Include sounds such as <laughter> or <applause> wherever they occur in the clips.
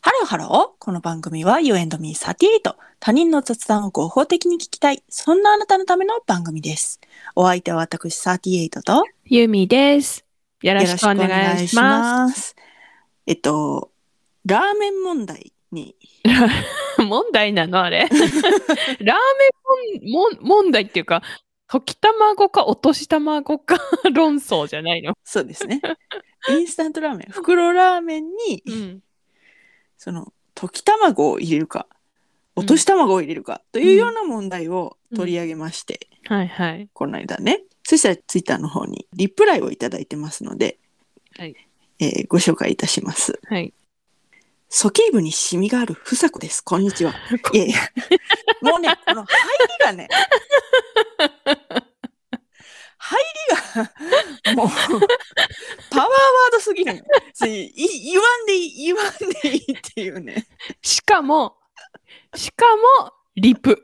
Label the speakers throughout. Speaker 1: ハローハロー。この番組は You and me38。他人の雑談を合法的に聞きたい。そんなあなたのための番組です。お相手は私38とよ。
Speaker 2: ゆみです。よろしくお願いします
Speaker 1: えっと、ラーメン問題に。
Speaker 2: す。問題なのあれ。ラ <laughs> ーメンもんもん問題っていうか、溶き卵か落とし卵か論争じゃないの。
Speaker 1: そうですね。インスタントラーメン、袋ラーメンに、
Speaker 2: うん。
Speaker 1: その、溶き卵を入れるか、落とし卵を入れるかというような問題を取り上げまして、
Speaker 2: はいはい。
Speaker 1: この間ね。そしたらツイッターの方にリプライをいただいてますので、
Speaker 2: はい
Speaker 1: えーご紹介いたします。
Speaker 2: はい。
Speaker 1: 鼠径部にシミがあるふさこです。 <laughs> こんにちは。いやいや、もうね、この入りがね、入りが、もう、パワーワードすぎるのそれい言わんでいい、言わんでいいっていうね。 <laughs>
Speaker 2: しかも、しかも、リプ。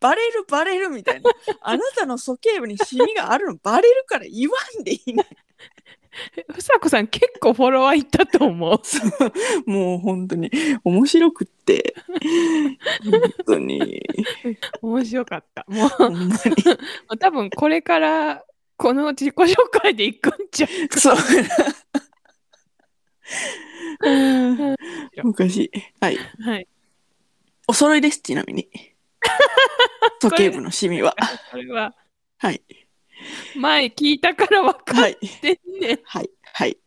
Speaker 1: バレるバレるみたいな。あなたの鼠径部にシミがあるのバレるから言わんでいいね。
Speaker 2: ふさこさん結構フォロワーいったと思う。
Speaker 1: そう <laughs> もう本当に面白くって本当に
Speaker 2: 面白かった。もう、
Speaker 1: ほんまに
Speaker 2: もう多分これから、この自己紹介でいくんじゃう
Speaker 1: そううんおかしいはい
Speaker 2: はい。
Speaker 1: お揃いですちなみに時計部のシミは
Speaker 2: これは、
Speaker 1: はい
Speaker 2: 前聞いたから分か
Speaker 1: はい
Speaker 2: ってんねん。
Speaker 1: はいはい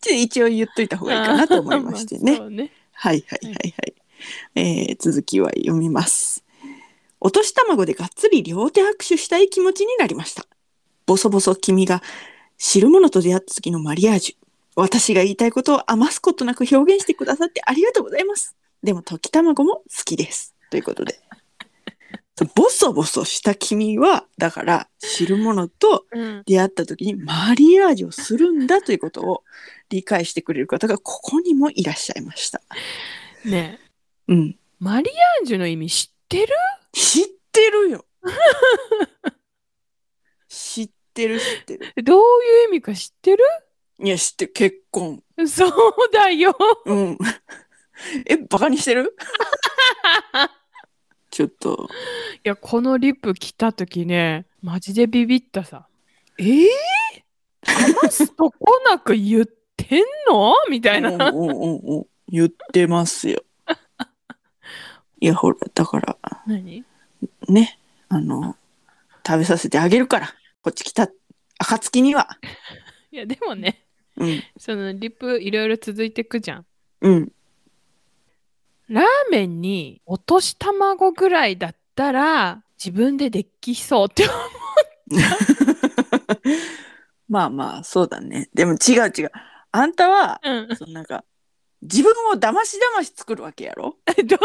Speaker 1: ちょ一応言っといた方がいいかなと思いましてね
Speaker 2: あー。まあそうね
Speaker 1: はいはいはいはい。えー続きは読みます。落とし卵でがっつり両手握手したい気持ちになりました。ボソボソ君が汁物と出会った時のマリアージュ。私が言いたいことを余すことなく表現してくださってありがとうございます。でも溶き卵も好きです。ということで。 <laughs> ボソボソした君は、だから汁物と
Speaker 2: うん、
Speaker 1: 出会った時にマリアージュをするんだということを理解してくれる方がここにもいらっしゃいました。
Speaker 2: ねえ
Speaker 1: うん。
Speaker 2: マリアージュの意味知ってる
Speaker 1: 知ってる <laughs> よ。知ってる知ってる。
Speaker 2: どういう意味か知ってる
Speaker 1: いや、知ってる。結 <laughs> 婚。
Speaker 2: そうだよ。
Speaker 1: うん。 <laughs> え、バカにして <laughs> るちょっと。
Speaker 2: いやこのリップ来た時ねマジでビビったさ。えー、余すとこなく言ってんのみたいな。
Speaker 1: うんうんうんうん。言ってます <laughs> よ。いや、ほら、だから、
Speaker 2: 何
Speaker 1: ね。あの、食べさせてあげるから。こっち来た。暁には。
Speaker 2: いやでもね
Speaker 1: うん。
Speaker 2: そのリップいろいろ続いてくじゃん。
Speaker 1: うん。
Speaker 2: ラーメンに落とし卵ぐらいだったら自分でできそうって思
Speaker 1: まあまあ、そうだね。でも違う違う。あんたは、
Speaker 2: う。 <laughs> うん、ど
Speaker 1: そのなんか自分を騙し騙し作るわけやろ
Speaker 2: ういう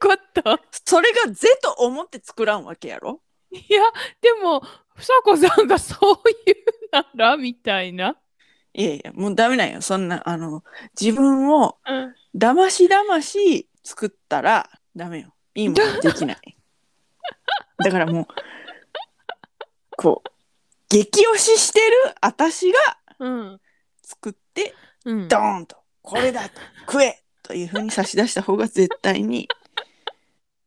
Speaker 2: こと
Speaker 1: それが是と思って作らんわけやろ
Speaker 2: いや、でも、房子さんがそういうならみたいな。
Speaker 1: いやいやもうダメなんよそんなあの自分を
Speaker 2: うん、
Speaker 1: 騙し騙し作ったらダメよいいものできないだからもうこう激推ししてる私が
Speaker 2: うん、
Speaker 1: 作って
Speaker 2: うん。
Speaker 1: ドーンとこれだと食えというふうに差し出した方が絶対に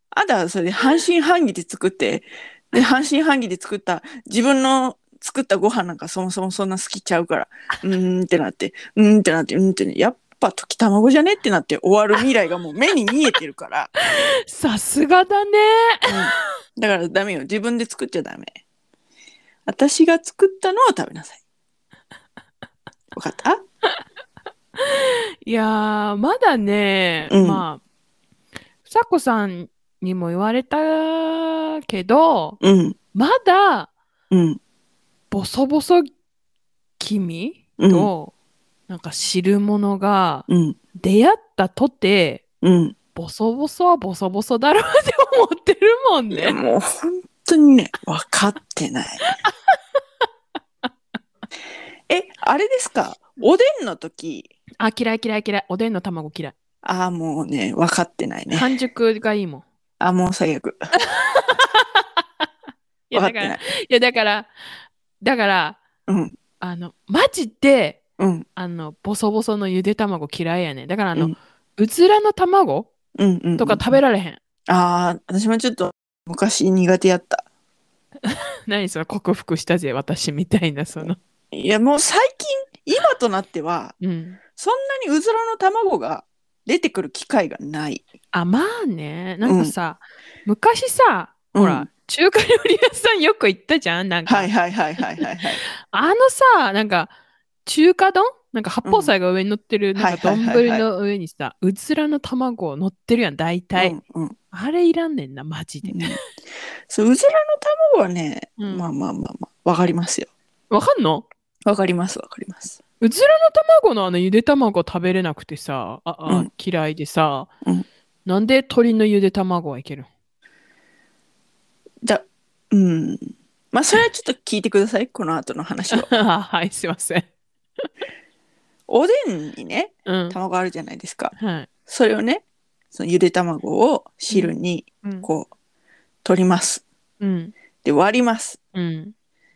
Speaker 1: あとはそれで半信半疑で作ってで半信半疑で作った自分の作ったご飯なんかそもそもそんな好きちゃうからうーんってなってうーんってなってうーんってねやっぱ溶き卵じゃねってなって終わる未来がもう目に見えてるから、
Speaker 2: さすがだね。
Speaker 1: うんだからダメよ自分で作っちゃダメ私が作ったのを食べなさいわかった
Speaker 2: いやー、まだね、
Speaker 1: うん
Speaker 2: まあ、房子さんにも言われたけど、
Speaker 1: うん
Speaker 2: まだ、
Speaker 1: うん
Speaker 2: ボソボソ君
Speaker 1: うん
Speaker 2: と、なんか汁物が、
Speaker 1: うん
Speaker 2: 出会ったとて、
Speaker 1: うん
Speaker 2: ボソボソはボソボソだろうって思ってるもん
Speaker 1: い
Speaker 2: ね。
Speaker 1: やもう本当にね分かってない <laughs> えあれですかおでんの時
Speaker 2: あ、嫌い嫌い嫌い。おでんの卵嫌い。
Speaker 1: ああもうね分かってないね
Speaker 2: 半熟がい
Speaker 1: <laughs>
Speaker 2: いもん。
Speaker 1: あーもう最悪
Speaker 2: いや、
Speaker 1: 分かって
Speaker 2: だから、
Speaker 1: ない
Speaker 2: いや、だから、だから、
Speaker 1: うん
Speaker 2: あの、マジで、
Speaker 1: うん
Speaker 2: あのボソボソのゆで卵嫌いやねんだからあの、
Speaker 1: う
Speaker 2: うんずらの卵
Speaker 1: うんうん
Speaker 2: とか食べられへん、 <laughs>
Speaker 1: ああ私もちょっと昔苦手やった
Speaker 2: 何その克服したぜ私みたいなその
Speaker 1: いやもう最近今となっては
Speaker 2: うん
Speaker 1: そんなにうずらの卵が出てくる機会がない
Speaker 2: あまあねなんかさ、昔さほら、
Speaker 1: うん
Speaker 2: 中華料理屋さんよく行ったじゃんなんか、
Speaker 1: はいはいはいはい
Speaker 2: <laughs>
Speaker 1: はいはい
Speaker 2: あのさなんか中華丼なんか八宝菜が上に乗ってる、なんか
Speaker 1: はい
Speaker 2: 丼
Speaker 1: はいはいはい
Speaker 2: の上にさうずらの卵乗ってるやん大体、
Speaker 1: うんうん
Speaker 2: あれいらんねんなマジで
Speaker 1: うんそううずらの卵はね、
Speaker 2: うん
Speaker 1: まあまあまあまあわかりますよ
Speaker 2: わかんの
Speaker 1: わかりますわかります
Speaker 2: うずらの卵のあのゆで卵食べれなくてさああ、
Speaker 1: うん
Speaker 2: 嫌いでさ、
Speaker 1: うん
Speaker 2: なんで鶏のゆで卵はいけるの <laughs>
Speaker 1: じゃうんまあそれはちょっと聞いてくださいこの後の話を
Speaker 2: はいすいません
Speaker 1: おでんにね
Speaker 2: うん
Speaker 1: 卵あるじゃないですか
Speaker 2: はい
Speaker 1: それをねそのゆで卵を汁に
Speaker 2: うん
Speaker 1: こう取ります
Speaker 2: うん
Speaker 1: で割ります
Speaker 2: うん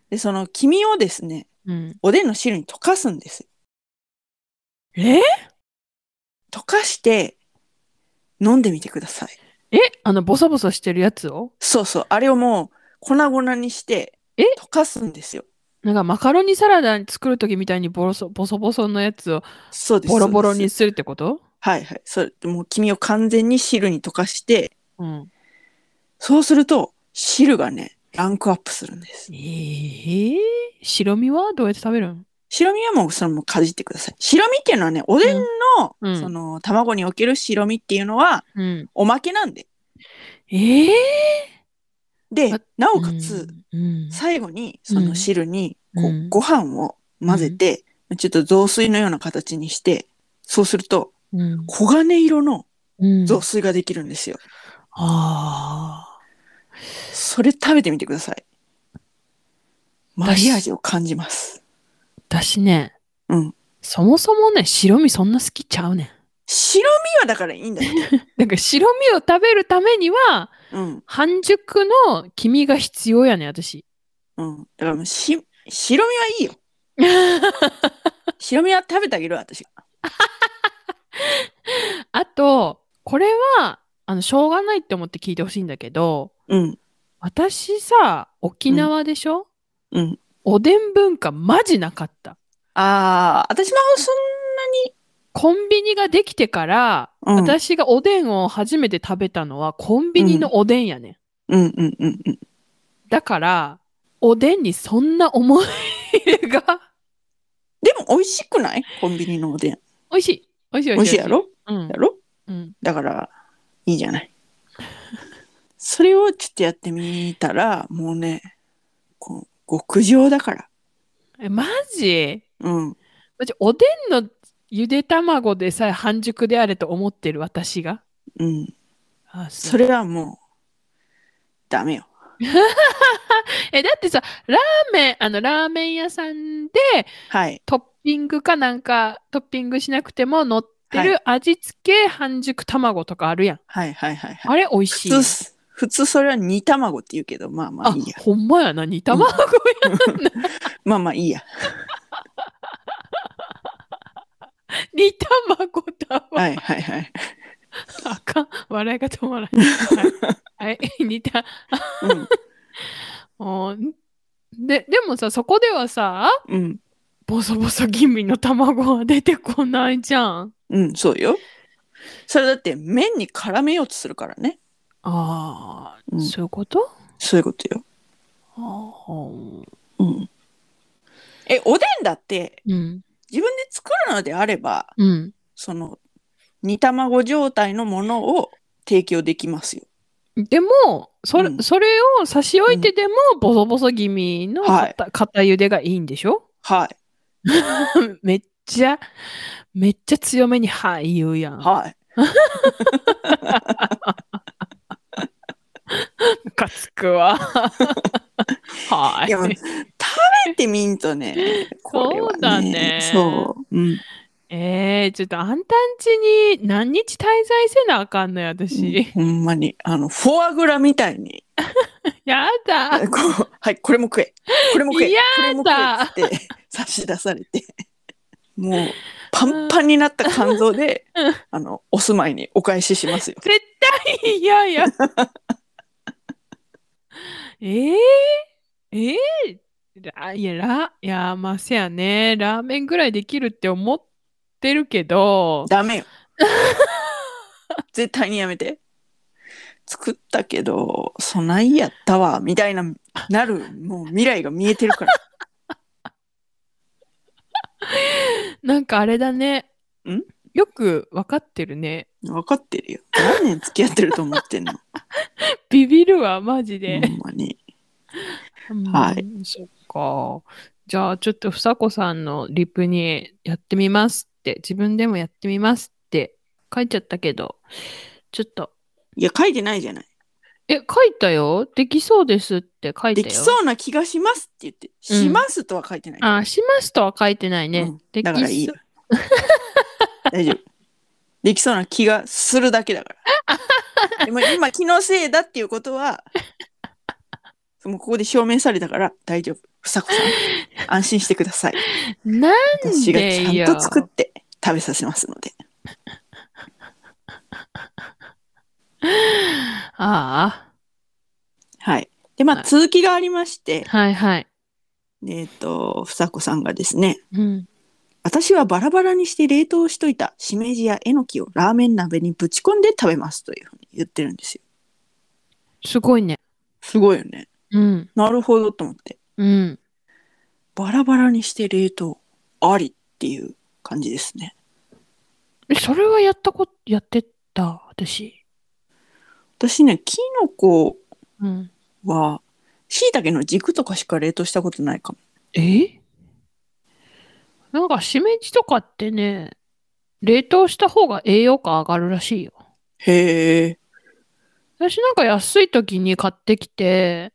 Speaker 1: でその黄身をですね
Speaker 2: うん
Speaker 1: おでんの汁に溶かすんです
Speaker 2: え
Speaker 1: 溶かして飲んでみてください
Speaker 2: えあのボソボソしてるやつを
Speaker 1: そうそうあれをもう粉々にして
Speaker 2: え
Speaker 1: 溶かすんですよ
Speaker 2: なんかマカロニサラダ作る時みたいにボロソボソボソのやつを
Speaker 1: そうです
Speaker 2: ボロボロに
Speaker 1: そうです
Speaker 2: るってこと
Speaker 1: はいはいそれもう黄身を完全に汁に溶かして
Speaker 2: うん
Speaker 1: そうすると汁がねランクアップするんです
Speaker 2: えー、白身はどうやって食べるん
Speaker 1: 白身はもうそのままかじってください白身っていうのはねおでんの,、
Speaker 2: うんうん
Speaker 1: その卵における白身っていうのは
Speaker 2: うん
Speaker 1: おまけなんで
Speaker 2: ええ
Speaker 1: で
Speaker 2: あ
Speaker 1: な
Speaker 2: ー、
Speaker 1: おかつ、
Speaker 2: うん、
Speaker 1: 最後にその汁にこう、
Speaker 2: うん
Speaker 1: ご飯を混ぜて、ちょっと雑炊のような形にしてそうすると
Speaker 2: うん
Speaker 1: 黄金色の
Speaker 2: うん
Speaker 1: 雑炊ができるんですよ、
Speaker 2: あ
Speaker 1: それ食べてみてくださいマリアージュを感じます
Speaker 2: あ、私ね、
Speaker 1: うん
Speaker 2: そもそもね、白身そんな好きちゃうねん。
Speaker 1: 白身はだからいいんだよ、
Speaker 2: なんか白身を食べるためには、
Speaker 1: うん
Speaker 2: 半熟の黄身が必要やねん、私。
Speaker 1: うん、だからもうし白身はいいよ <laughs> 白身は食べてあげるわ私が
Speaker 2: あと、これは、あの、しょうがないって思って聞いてほしいんだけど、
Speaker 1: うん
Speaker 2: 私さ、沖縄でしょ、
Speaker 1: うん
Speaker 2: おでん文化マジなかった。
Speaker 1: ああ私もそん
Speaker 2: コンビニができてから、
Speaker 1: うん
Speaker 2: 私がおでんを初めて食べたのはコンビニのおでんやねん。
Speaker 1: うんうんうんうん
Speaker 2: だから、おでんにそんな思い入れが、
Speaker 1: でも美味しくないコンビニのおでん
Speaker 2: 美味しい。美味しい。
Speaker 1: 美味しいやろ
Speaker 2: うん
Speaker 1: や。ろ
Speaker 2: うん。
Speaker 1: だからいいじゃない。それをちょっとやってみたらもうねこう極上だから。
Speaker 2: え、マジ
Speaker 1: うん、
Speaker 2: マジ、おでんのゆで卵でさえ半熟であれと思ってる私が。
Speaker 1: うん、
Speaker 2: あ
Speaker 1: そ
Speaker 2: れ。
Speaker 1: れはもうダメよ。
Speaker 2: え、だってさ、ラーメン、あの、ラーメン屋さんで
Speaker 1: はい
Speaker 2: トッピングかなんか、トッピングしなくても乗って
Speaker 1: は
Speaker 2: る味付け半熟卵とかあるやん。
Speaker 1: はいはいはいはい。
Speaker 2: あれ美味しい
Speaker 1: 普。通普通それは煮卵って言うけどまあまあ
Speaker 2: あ
Speaker 1: いいや。、
Speaker 2: ほんまやな、煮卵や。
Speaker 1: まあまあいいや。
Speaker 2: <laughs> 煮卵だわ。
Speaker 1: はいはいはい。
Speaker 2: あかん。笑いが止ま
Speaker 1: <laughs>
Speaker 2: らない。はい。はい似た。
Speaker 1: うん
Speaker 2: おーんで、でもさ、そこではさ、
Speaker 1: うん
Speaker 2: ボソボソ気味の卵は出てこないじゃん。
Speaker 1: うんそうよ。それだって麺に絡めようとするからね。
Speaker 2: ああ、
Speaker 1: うん
Speaker 2: そういうこと
Speaker 1: そういうことよ。
Speaker 2: あー
Speaker 1: うん、えおでんだって
Speaker 2: うん。
Speaker 1: 自分で作るのであれば
Speaker 2: うん。
Speaker 1: その煮卵状態のものを提供できますよ。
Speaker 2: でも、それ、
Speaker 1: うん
Speaker 2: それを差し置いてでも、ボソボソ気味の
Speaker 1: はい
Speaker 2: 片,、片茹でがいいんでしょ
Speaker 1: はい
Speaker 2: <laughs> めっちゃ、めっちゃ強めに、はい、言うやん。
Speaker 1: はい。
Speaker 2: ムカつくわ。 <laughs> はい <laughs>
Speaker 1: やもう
Speaker 2: い。
Speaker 1: 食べてみんと
Speaker 2: <laughs>
Speaker 1: ねこれはね
Speaker 2: そうだね
Speaker 1: そう、うん、
Speaker 2: えー、ちょっとあんたんちに何日滞在せなあかんのよ、私。
Speaker 1: ほんまにあのフォアグラみたいに
Speaker 2: や
Speaker 1: 「
Speaker 2: だ
Speaker 1: <laughs> こ。うはいこれも食えこれも食え
Speaker 2: 嫌 <laughs>
Speaker 1: これも食え」
Speaker 2: だ
Speaker 1: っつって差し出されてもうパンパンになった肝臓で、
Speaker 2: うん
Speaker 1: あのお住まいにお返ししますよ。
Speaker 2: 絶対
Speaker 1: <laughs>
Speaker 2: 嫌や。えー、えー、らいや、ら、いや、まあ、せやね、ラーメンぐらいできるって思ってるけど、
Speaker 1: ダ
Speaker 2: <laughs>
Speaker 1: メよ。絶対にやめて。作ったけど、そないやったわ、みたいな、なる、もう未来が見えてるから。
Speaker 2: なんかあれだね。
Speaker 1: ん
Speaker 2: よくわかってるね。
Speaker 1: 分かってるよ。何年付き合ってると思ってんの
Speaker 2: ビビるわ、マジ <laughs> で
Speaker 1: ほ。んまに。
Speaker 2: うん
Speaker 1: はい。
Speaker 2: そっか。じゃあ、ちょっと房子さんのリプにやってみますって、自分でもやってみますって書いちゃったけど、ちょっと、
Speaker 1: いや、書いてないじゃない。
Speaker 2: え、書いたよ。できそうですって書い
Speaker 1: で
Speaker 2: たよ。
Speaker 1: きそうな気がしますって言って、
Speaker 2: うん
Speaker 1: しますとは書いてない。
Speaker 2: あ、しますとは書いてないね。
Speaker 1: うん
Speaker 2: でき
Speaker 1: だからいい
Speaker 2: そ
Speaker 1: よ。 <laughs>
Speaker 2: <laughs>
Speaker 1: 大丈夫。できそうな気がするだけだ
Speaker 2: <laughs>
Speaker 1: から。でも今気のせいだっていうことは、もうここで証明されたから大丈夫。房子さん、安心してください。
Speaker 2: なん
Speaker 1: 私がち
Speaker 2: で
Speaker 1: ゃ
Speaker 2: よ
Speaker 1: んと作って食べさせますので。
Speaker 2: あ
Speaker 1: はい。で、ま
Speaker 2: は
Speaker 1: あ
Speaker 2: い
Speaker 1: 続きがありまして
Speaker 2: あ、、はいはい。
Speaker 1: えっ、と、房子さんがですね、
Speaker 2: うん。
Speaker 1: 私はバラバラにして冷凍しといたしめじやえのきをラーメン鍋にぶち込んで食べますというふうに言ってるんですよ。
Speaker 2: すごいね。
Speaker 1: すごいよね。
Speaker 2: うん。
Speaker 1: なるほどと思って。
Speaker 2: うん。
Speaker 1: バラバラにして冷凍ありっていう感じですね。
Speaker 2: えそれはやったこ、やってた、私。
Speaker 1: 私ね、キノコ
Speaker 2: うん。
Speaker 1: は、椎茸の軸とかしか冷凍したことないかも。
Speaker 2: えなんか、しめじとかってね、冷凍した方が栄養価上がるらしいよ。
Speaker 1: へえ。
Speaker 2: 私なんか安い時に買ってきて、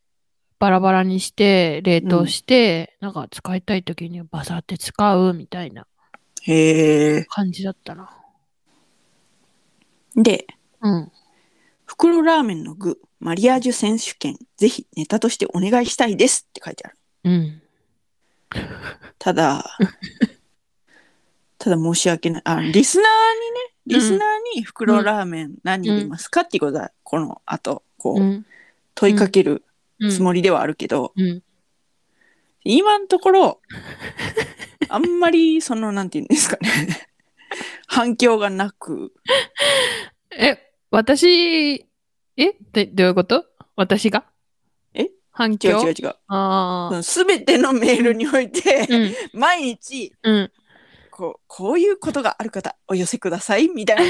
Speaker 2: バラバラにして、冷凍して、なんか使いたい時にバサって使うみたいな
Speaker 1: へえ。
Speaker 2: 感じだったな。
Speaker 1: で、
Speaker 2: うん。
Speaker 1: 袋ラーメンの具、マリアージュ選手権、ぜひネタとしてお願いしたいですって書いてある。
Speaker 2: うん。
Speaker 1: た
Speaker 2: <laughs>
Speaker 1: だ、ただ申し訳ない。あ、リスナーにね、リスナーに袋ラーメン何入れますかっていうことは、この後、こ
Speaker 2: う
Speaker 1: う、
Speaker 2: ん。
Speaker 1: 問いかける
Speaker 2: うん
Speaker 1: つもりではあるけど、
Speaker 2: うん。
Speaker 1: 今のところあんまりそのなんて言うんですかね <laughs> 反響がなく
Speaker 2: え、私、えでどういうこと私が
Speaker 1: え
Speaker 2: 反
Speaker 1: 違う違
Speaker 2: 響
Speaker 1: う違う
Speaker 2: あ
Speaker 1: そ
Speaker 2: あ。
Speaker 1: の全てのメールにおいて、
Speaker 2: うん。
Speaker 1: 毎日
Speaker 2: うん。 <laughs>
Speaker 1: こうこういうことがある方お寄せくださいみたいな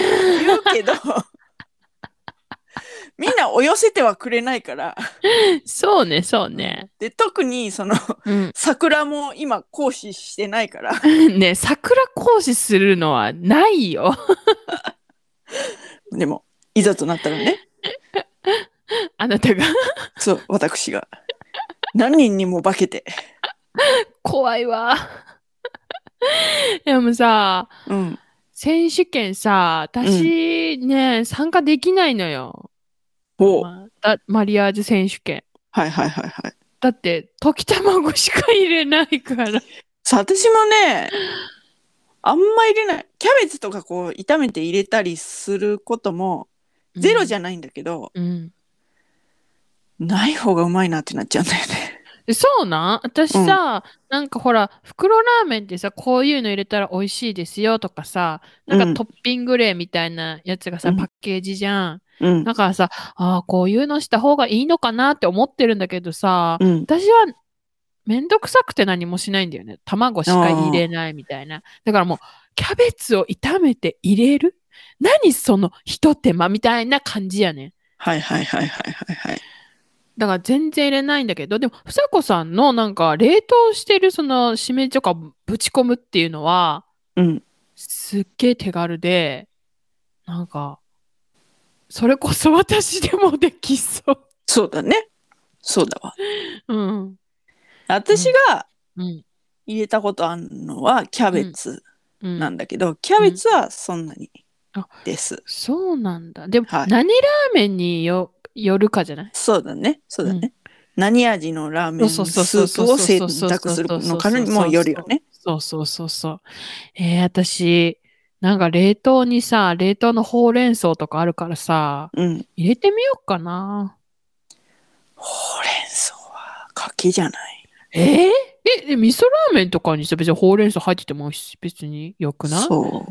Speaker 1: こと言うけどみんなお寄せてはくれないから
Speaker 2: そうね、そうね。
Speaker 1: で特にその
Speaker 2: うん。
Speaker 1: 桜も今行使してないから
Speaker 2: <laughs> ね、桜講師するのはないよ。 <laughs>
Speaker 1: でもいざとなったらね
Speaker 2: あなたが。
Speaker 1: そう私が何人にも化けて
Speaker 2: 怖いわ。 <laughs> でもさ、
Speaker 1: うん
Speaker 2: 選手権さ、私ね、参加できないのよ。
Speaker 1: おう
Speaker 2: まあだマリアージュ選手権。
Speaker 1: はいはいはいはい
Speaker 2: だって、溶き卵しか入れないから。
Speaker 1: さ私もねあんま入れないキャベツとかこう炒めて入れたりすることも <laughs> ゼロじ
Speaker 2: ゃ、
Speaker 1: ゃないんだけど、
Speaker 2: うん。
Speaker 1: ない方がうまいなってなっちゃうんだよね
Speaker 2: そうなん私さ、なんかほら、袋ラーメンってさ、こういうの入れたら美味しいですよとかさ、なん
Speaker 1: う
Speaker 2: か
Speaker 1: ん
Speaker 2: トッピング例みたいなやつがさ、
Speaker 1: うん
Speaker 2: パッケージじゃん。
Speaker 1: うん
Speaker 2: だからさ、ああ、こういうのした方がいいのかなって思ってるんだけどさ、
Speaker 1: うん
Speaker 2: 私はめんどくさくて何もしないんだよね。卵しか入れないみたいな。だからもう、キャベツを炒めて入れる何その一手間みたいな感じやね。
Speaker 1: はいはいはいはいはいはい
Speaker 2: だから全然入れないんだけど、でも、ふさこさんのなんか冷凍してるそのしめじとかぶち込むっていうのは、
Speaker 1: うん
Speaker 2: すっげえ手軽で、なんか、それこそ私でもできそう。
Speaker 1: そうだねそうだわ
Speaker 2: うん。
Speaker 1: 私が
Speaker 2: うん。
Speaker 1: 入れたことあるのはキャベツ
Speaker 2: うん。
Speaker 1: なんだけど、キャベツはそんなに
Speaker 2: あ
Speaker 1: です、
Speaker 2: そうなんだ。でも、
Speaker 1: はい
Speaker 2: 何ラーメンによよるかじゃない
Speaker 1: そうだねそうだね、何味のラーメンス
Speaker 2: そうそうそうそう
Speaker 1: ープを選択するのかにもよるよね。
Speaker 2: そうそうそうそう。えー、私、なんか冷凍にさ、冷凍のほうれん草とかあるからさ、
Speaker 1: うん。
Speaker 2: 入れてみようかな。
Speaker 1: ほうれん草は柿じゃない。
Speaker 2: えー、え、で味噌ラーメンとかにさ、別にほうれん草入ってても美味しい別によくない
Speaker 1: そ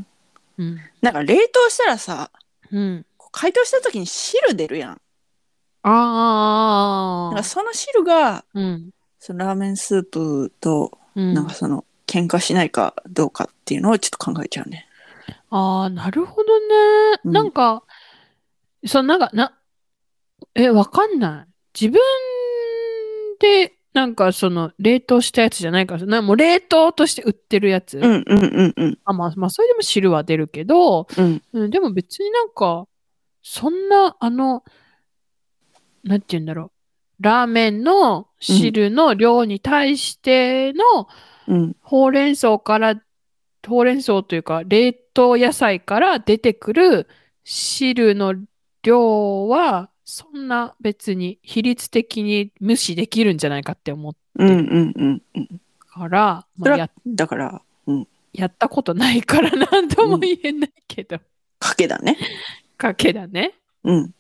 Speaker 1: う。
Speaker 2: うん。
Speaker 1: なんか冷凍したらさ、
Speaker 2: うん。
Speaker 1: こう解凍した時に汁出るやん。
Speaker 2: あ
Speaker 1: なん
Speaker 2: あ
Speaker 1: か。その汁が、
Speaker 2: うん。
Speaker 1: そのラーメンスープと、
Speaker 2: うん、
Speaker 1: なんかその、喧嘩しないかどうかっていうのをちょっと考えちゃうね。
Speaker 2: ああ、なるほどね。
Speaker 1: うん
Speaker 2: なんか、そのなんか、な、え、わかんない。自分で、なんかその、冷凍したやつじゃないから、なもう冷凍として売ってるやつ。
Speaker 1: うんうんうんうん
Speaker 2: あ、まあ、まあ、それでも汁は出るけど、
Speaker 1: うん。
Speaker 2: うん、でも別になんか、そんな、あの、なんて言うんだろう。ラーメンの汁の量に対しての、
Speaker 1: うん
Speaker 2: ほうれん草から、ほうれん草というか、冷凍野菜から出てくる汁の量は、そんな別に比率的に無視できるんじゃないかって思
Speaker 1: う
Speaker 2: う
Speaker 1: んうんうんうん。
Speaker 2: から、
Speaker 1: そ
Speaker 2: まあ
Speaker 1: れ
Speaker 2: や
Speaker 1: は、だから、
Speaker 2: やったことないから何とも言えないけど、
Speaker 1: 賭けだね。
Speaker 2: かけだね。
Speaker 1: うん。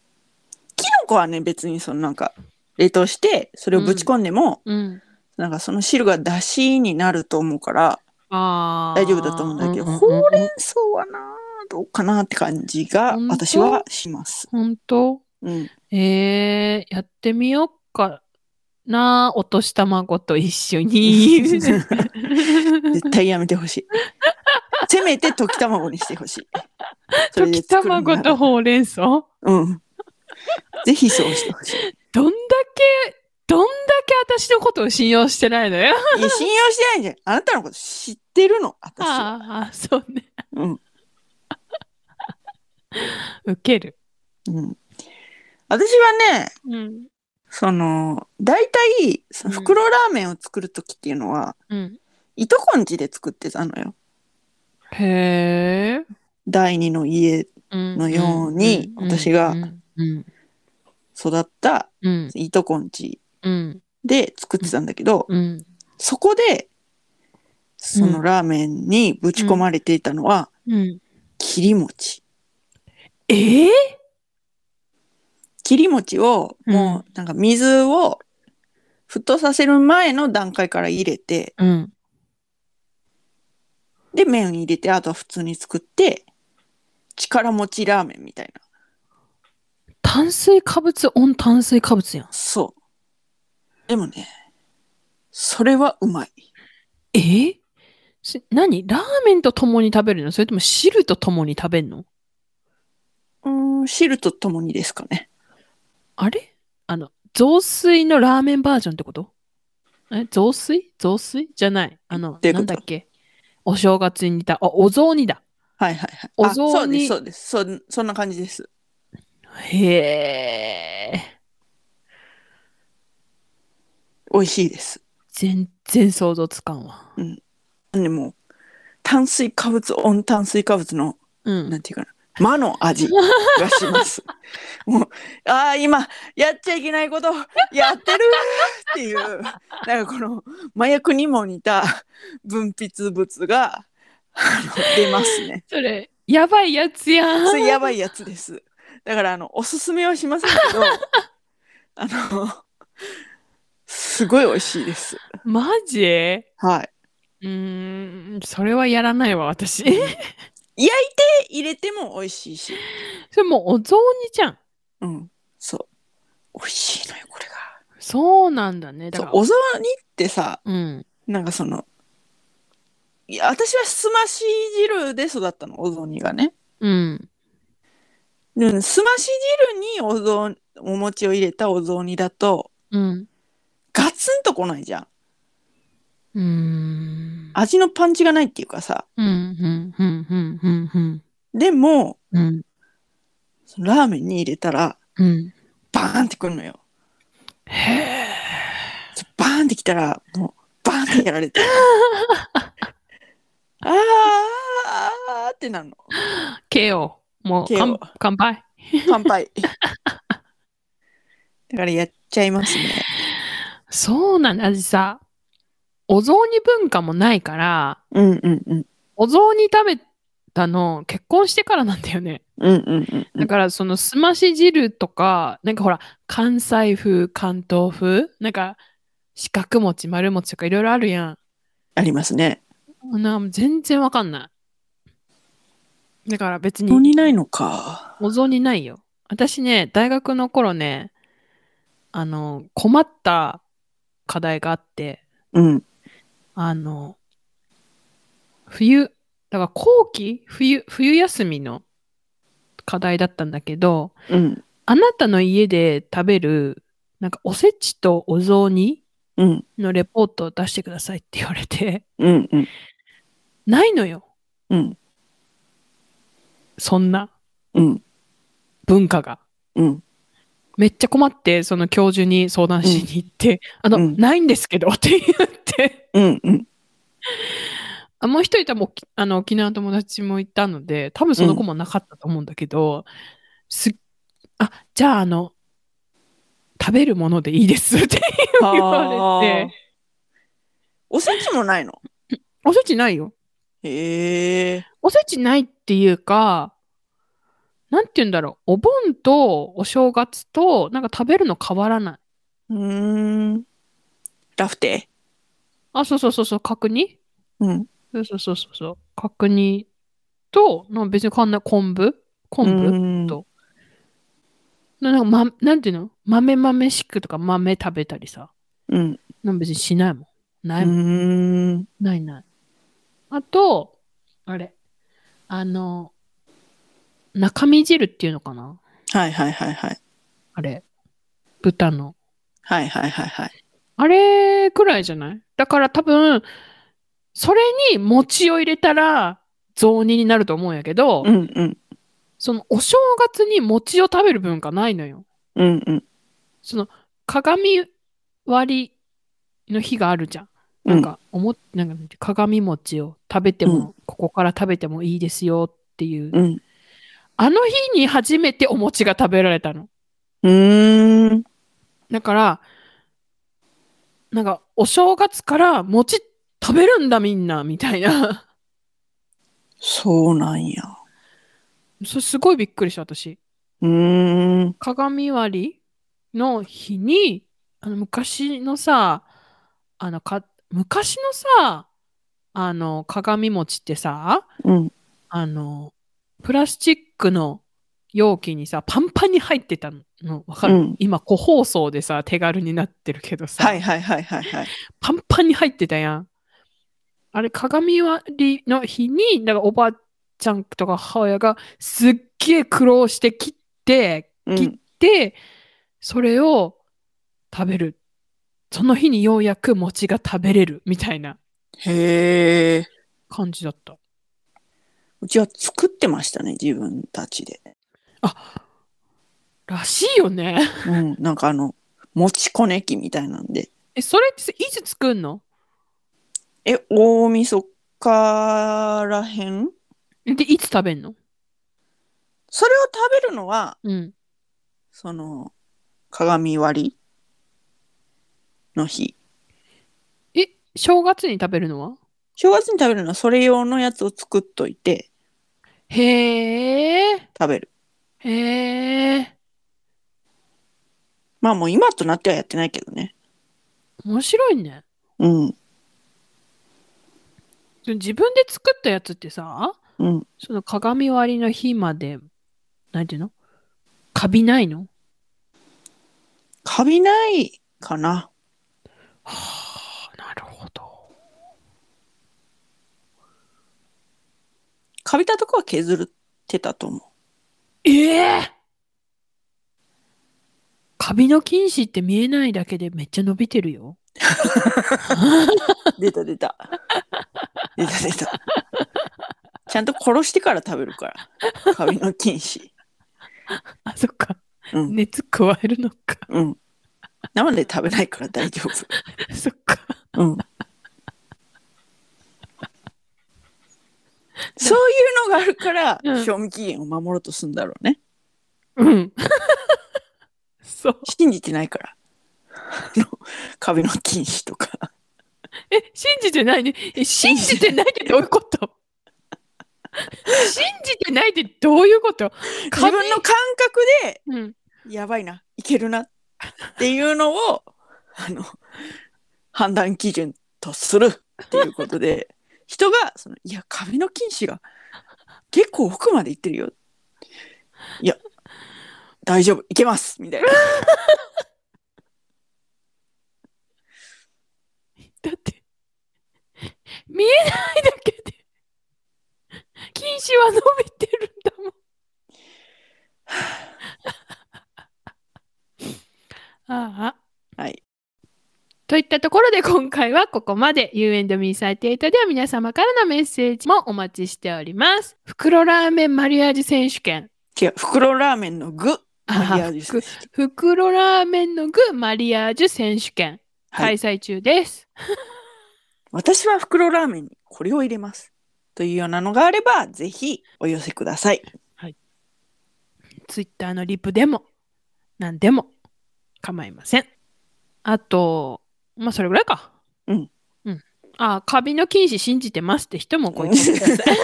Speaker 1: キノコはね、別にそのなんか、冷凍して、それをぶち込んでも、
Speaker 2: うん。
Speaker 1: なんかその汁が出汁になると思うから、
Speaker 2: あー
Speaker 1: 大丈夫だと思うんだけど、
Speaker 2: うう
Speaker 1: ほ
Speaker 2: うん
Speaker 1: うれん草はな、どうかなって感じが
Speaker 2: ほん、と
Speaker 1: 私はします。
Speaker 2: 本当
Speaker 1: うん。
Speaker 2: えー、やってみよっかな、お年玉と一
Speaker 1: <laughs>
Speaker 2: 緒に。
Speaker 1: 絶対やめてほしい。せめて溶き卵にしてほしい。それで
Speaker 2: 溶き
Speaker 1: 作るなら
Speaker 2: 卵とほうれん草
Speaker 1: うん。ぜひそうしてほしい。
Speaker 2: どんだけ、どんだけ私のことを信用してないのよ。
Speaker 1: いや信用してないじゃん。あなたのこと知ってるの、私は。
Speaker 2: ああ、そうね。
Speaker 1: うん。
Speaker 2: ウケる。
Speaker 1: うん。私はね、
Speaker 2: うん。
Speaker 1: その、大体、その
Speaker 2: うん
Speaker 1: 袋ラーメンを作るときっていうのは、
Speaker 2: うん。
Speaker 1: いとこんちで作ってたのよ。
Speaker 2: へえ。
Speaker 1: 第二の家
Speaker 2: の
Speaker 1: のように私が
Speaker 2: うん。うん。
Speaker 1: 育った
Speaker 2: うん。
Speaker 1: いとこんち
Speaker 2: うん。
Speaker 1: で作ってたんだけど、
Speaker 2: うん。
Speaker 1: そこで、そ
Speaker 2: うん
Speaker 1: のラーメンにぶち込まれていたのは、
Speaker 2: うん。
Speaker 1: 切り餅。
Speaker 2: ええ
Speaker 1: 切り餅を、
Speaker 2: うん
Speaker 1: もう、なんか水を沸騰させる前の段階から入れて、
Speaker 2: うん。
Speaker 1: で、麺入れて、あとは普通に作って、力持ちラーメンみたいな。
Speaker 2: 炭水化物、オン炭水化物やん。
Speaker 1: そう。でもね、それはうまい。
Speaker 2: えーし何ラーメンと共に食べるのそれとも汁と共に食べるの
Speaker 1: うーん、汁とともにですかね。
Speaker 2: あれあの、雑炊のラーメンバージョンってことえ雑炊雑炊じゃない。あの、
Speaker 1: どういう
Speaker 2: な
Speaker 1: こと
Speaker 2: んだっけお正月に似た。あ、お雑煮だ。
Speaker 1: はいはいはい。
Speaker 2: お
Speaker 1: あ
Speaker 2: 雑煮
Speaker 1: そうです、そうです。そそんな感じです。
Speaker 2: へえ。
Speaker 1: 美味しいです。
Speaker 2: 全然想像つかんわ。
Speaker 1: でも、炭水化物、温炭水化物の、
Speaker 2: うん。
Speaker 1: なんていうかな、魔の味がし
Speaker 2: <laughs>
Speaker 1: ます。もう、ああ、今、やっちゃいけないこと、やってるっていう、なんかこの、麻薬にも似た分泌物が、あの出ますね。
Speaker 2: それ、やばいやつやん。
Speaker 1: それやばいやつです。だから、あの、おすすめはしませんけ <laughs> ど、あの、すごい美味しいです。
Speaker 2: マジう
Speaker 1: はい。
Speaker 2: ーん、それはやらないわ、私。
Speaker 1: で、入れても美味しいし。
Speaker 2: <laughs> それもうお雑煮じゃん。
Speaker 1: うん、そう。美味しいのよ、これが。
Speaker 2: そうなんだね。だ
Speaker 1: そ
Speaker 2: か
Speaker 1: う
Speaker 2: ら、
Speaker 1: お雑煮ってさ、
Speaker 2: うん。
Speaker 1: なんかその、いや、私はすまし汁で育ったの、お雑煮がね。
Speaker 2: うん。
Speaker 1: ですまし汁にお雑煮、お餅を入れたお雑煮だと、
Speaker 2: うん。
Speaker 1: ガツンとこないじゃん。
Speaker 2: うーん。
Speaker 1: 味のパンチがないっていうかさ。
Speaker 2: うん、うん、うん、うん、うん、うん。
Speaker 1: でも、
Speaker 2: うん。
Speaker 1: そのラーメンに入れたら、
Speaker 2: うん。
Speaker 1: バーンってくるのよ。
Speaker 2: へ
Speaker 1: バーンってきたら、もう、バーンってやられ <laughs> て。あーあーってなるの。
Speaker 2: え。KO。もう、
Speaker 1: KO
Speaker 2: 乾乾杯。
Speaker 1: 乾 <laughs> 杯。だからやっちゃいますね。
Speaker 2: そうなんだ。私さ、お雑煮文化もないから、
Speaker 1: うんうんうん。
Speaker 2: お雑煮食べたの結婚してからなんだよね。
Speaker 1: うんうんうんう
Speaker 2: だ
Speaker 1: ん。
Speaker 2: からそのすまし汁とか、なんかほら、関西風、関東風、なんか四角餅、丸餅とかいろいろあるや
Speaker 1: ありますね。
Speaker 2: ん。な全然わかんない。だから別
Speaker 1: ここ
Speaker 2: に
Speaker 1: にないのか。
Speaker 2: お雑煮ないよ。私ね、大学の頃ね、あの、困った課題があって、
Speaker 1: うん。
Speaker 2: あの、冬、だから後期冬、冬休みの課題だったんだけど、
Speaker 1: うん。
Speaker 2: あなたの家で食べる、なんかおせちとお雑煮
Speaker 1: うん。
Speaker 2: のレポートを出してくださいって言われて、
Speaker 1: うんうん。
Speaker 2: ないのよ。
Speaker 1: うん。
Speaker 2: そんな
Speaker 1: うん。
Speaker 2: 文化が。
Speaker 1: うん。
Speaker 2: めっちゃ困って、その教授に相談しに行って、あの、
Speaker 1: うん
Speaker 2: ないんですけど <laughs> って言って、
Speaker 1: うん。 <laughs> うん。
Speaker 2: あもう一人ともきあの沖縄の友達もいたので、多分その子もなかったと思うんだけど、すあ、じゃああの、食べるものでいいですって言われて、
Speaker 1: おせちもないの。
Speaker 2: おせちないよ。
Speaker 1: へえ。
Speaker 2: おせちないっていうか、なんて言うんだろう。お盆とお正月と、なんか食べるの変わらない。
Speaker 1: うーん。ラフテ
Speaker 2: あ、そうそうそうそう、角煮
Speaker 1: ー。うん。
Speaker 2: そうそうそうそうそう。角煮と、なんか別に変わんない。昆布昆布
Speaker 1: うん
Speaker 2: とななんか、ま、なんていうの豆豆しくとか豆食べたりさ。
Speaker 1: うん。
Speaker 2: なんか別にしないもん。
Speaker 1: う
Speaker 2: ないもん。
Speaker 1: ーん。
Speaker 2: ないない。あと、あれ。あの、中身汁っていうのかな
Speaker 1: はいはいはいはい。
Speaker 2: あれ。豚の。
Speaker 1: はいはいはいはい。
Speaker 2: あれくらいじゃないだから多分、それに餅を入れたら雑煮になると思うんやけど、
Speaker 1: うんうん。
Speaker 2: そのお正月に餅を食べる文化ないのよ。
Speaker 1: うんうん。
Speaker 2: その鏡割りの日があるじゃん。なんか、思っなんかね鏡餅を食べても、
Speaker 1: うん
Speaker 2: ここから食べてもいいですよっていう、
Speaker 1: うん。う
Speaker 2: あの日に初めてお餅が食べられたの。
Speaker 1: ーん。
Speaker 2: だから、なんか、お正月から餅食べるんだみんな、みたいな。 <laughs>
Speaker 1: そうなんや。
Speaker 2: そすごいびっくりした、私。
Speaker 1: うーん。
Speaker 2: 鏡割りの日に、あの、昔のさ、あの、か、昔のさ、あの、鏡餅ってさ、
Speaker 1: うん。
Speaker 2: あの、プラスチックの容器にさ、パンパンに入ってたの、わかる、
Speaker 1: うん
Speaker 2: 今、個包装でさ、手軽になってるけどさ、
Speaker 1: はいはいはいはいはい。
Speaker 2: パンパンに入ってたやん。あれ、鏡割りの日に、だからおばあちゃんとか母親がすっげえ苦労して切って、
Speaker 1: うん
Speaker 2: 切って、それを食べる。その日にようやく餅が食べれるみたいな
Speaker 1: へえ。
Speaker 2: 感じだった。
Speaker 1: うちは作ってましたね、自分たちで。
Speaker 2: らしいよね。 <laughs>
Speaker 1: うん。なんかあの、もちこねきみたいなんで。
Speaker 2: え、それってさいつ作んの
Speaker 1: え、大晦日らへん
Speaker 2: で、いつ食べんの
Speaker 1: それを食べるのは、
Speaker 2: うん。
Speaker 1: その、鏡割りの日。
Speaker 2: え、正月に食べるのは
Speaker 1: 正月に食べるのはそれ用のやつを作っといて
Speaker 2: へえ、
Speaker 1: 食べる。
Speaker 2: へえ、
Speaker 1: まあもう今となってはやってないけどね。
Speaker 2: 面白いね。
Speaker 1: うん。
Speaker 2: その自分で作ったやつってさ、
Speaker 1: うん。
Speaker 2: その鏡割りの日まで、なんていうのカビないの
Speaker 1: カビないかな。
Speaker 2: はあ、なるほど。
Speaker 1: カビたとこは削ってたと思う。
Speaker 2: ええカビの菌糸って見えないだけでめっちゃ伸びてるよ。
Speaker 1: 出た出た。 <laughs> 出た出た。ちゃんと殺してから食べるから。カビの菌糸。
Speaker 2: あ、そっか。
Speaker 1: うん
Speaker 2: 熱加えるの <laughs> か。
Speaker 1: うん。生で食べないから大丈夫。
Speaker 2: そっか。
Speaker 1: うん。 <laughs> そういうのがあるから、
Speaker 2: うん
Speaker 1: 賞味期限を守ろうとするんだろうね。
Speaker 2: うん。そう。
Speaker 1: <laughs> 信じてないから。あのカビの菌糸とか。
Speaker 2: え、信じてないね。え、信じてないってどういうこと信じてないってどういうこと
Speaker 1: 自分の感覚で
Speaker 2: うん。
Speaker 1: やばいないけるなっていうのをあの判断基準とするっていうことで人がその「いや髪の筋糸が結構奥までいってるよ」「いや大丈夫いけます」みたいな
Speaker 2: だって、見えないだけで、筋糸は伸びてるんだもん。ああ。
Speaker 1: はい。
Speaker 2: といったところで今回はここまで You and me38 では皆様からのメッセージもお待ちしております。袋ラーメンマリアージュ選手権。
Speaker 1: 違う袋ラーメンの具マリアージュ
Speaker 2: あふく袋ラーメンの具マリアージュ選手権
Speaker 1: は
Speaker 2: 開
Speaker 1: い、
Speaker 2: 催中です。
Speaker 1: 私は袋ラーメンにこれを入れますというようなのがあればぜひお寄せください
Speaker 2: ツイッターのリプでも何でも構いません。あと、まあそれぐらいか。
Speaker 1: うん。
Speaker 2: うん。あ、カビの禁止信じてますって人もご一緒ください。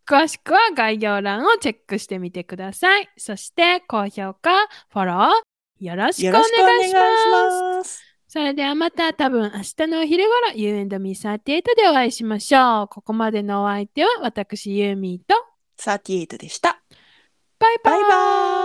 Speaker 2: <laughs> 詳しくは概要欄をチェックしてみてください。そして高評価、フォローよろしく
Speaker 1: <laughs>
Speaker 2: お
Speaker 1: よ
Speaker 2: 願
Speaker 1: ろ
Speaker 2: い
Speaker 1: しくお願い
Speaker 2: し
Speaker 1: し
Speaker 2: ます。
Speaker 1: ます
Speaker 2: それではまた多分明日のお昼頃 You and me38 でお会いしましょう。ここまでのお相手は私ユーミーと
Speaker 1: 38でした
Speaker 2: バイバ
Speaker 1: バイ
Speaker 2: イ
Speaker 1: バーイ